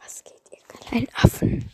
Was geht, ihr kleinen Affen?